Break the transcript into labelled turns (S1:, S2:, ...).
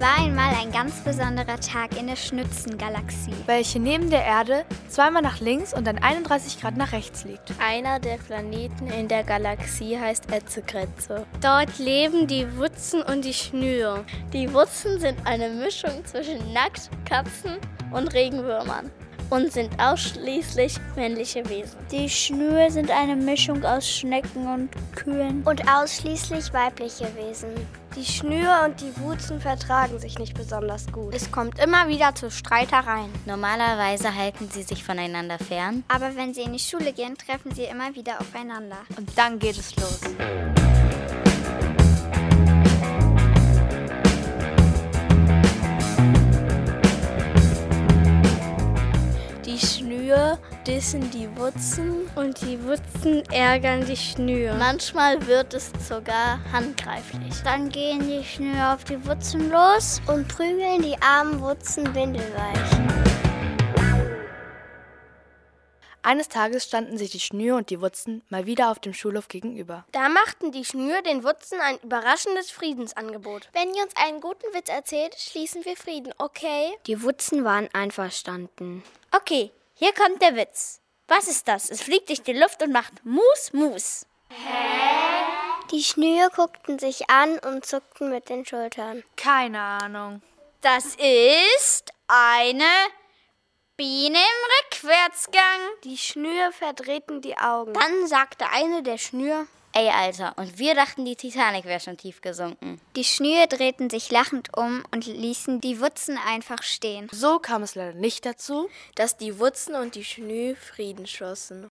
S1: war einmal ein ganz besonderer Tag in der Schnützengalaxie.
S2: welche neben der Erde zweimal nach links und dann 31 Grad nach rechts liegt.
S3: Einer der Planeten in der Galaxie heißt Etzegretze.
S4: Dort leben die Wutzen und die Schnür.
S3: Die Wurzeln sind eine Mischung zwischen Nacktkatzen und Regenwürmern und sind ausschließlich männliche Wesen.
S5: Die Schnüre sind eine Mischung aus Schnecken und Kühen.
S1: Und ausschließlich weibliche Wesen.
S4: Die Schnür und die Wutzen vertragen sich nicht besonders gut. Es kommt immer wieder zu Streitereien.
S6: Normalerweise halten sie sich voneinander fern.
S1: Aber wenn sie in die Schule gehen, treffen sie immer wieder aufeinander.
S2: Und dann geht es los.
S3: Die Schnür dissen die Wurzeln.
S4: Und die Wutzen ärgern die Schnür.
S3: Manchmal wird es sogar handgreiflich.
S5: Dann gehen die Schnüre auf die Wurzeln los und prügeln die armen Wurzeln windelweich.
S2: Eines Tages standen sich die Schnür und die Wurzen mal wieder auf dem Schulhof gegenüber.
S4: Da machten die Schnür den Wutzen ein überraschendes Friedensangebot.
S5: Wenn ihr uns einen guten Witz erzählt, schließen wir Frieden, okay?
S1: Die Wutzen waren einverstanden.
S7: Okay, hier kommt der Witz. Was ist das? Es fliegt durch die Luft und macht Mus, Mus.
S5: Die Schnüre guckten sich an und zuckten mit den Schultern.
S2: Keine Ahnung.
S7: Das ist eine Biene im Rückwärtsgang.
S4: Die Schnür verdrehten die Augen. Dann sagte eine der Schnür,
S6: Ey, Alter, und wir dachten, die Titanic wäre schon tief gesunken.
S1: Die Schnüre drehten sich lachend um und ließen die Wutzen einfach stehen.
S2: So kam es leider nicht dazu.
S3: dass die Wurzen und die Schnü Frieden schlossen.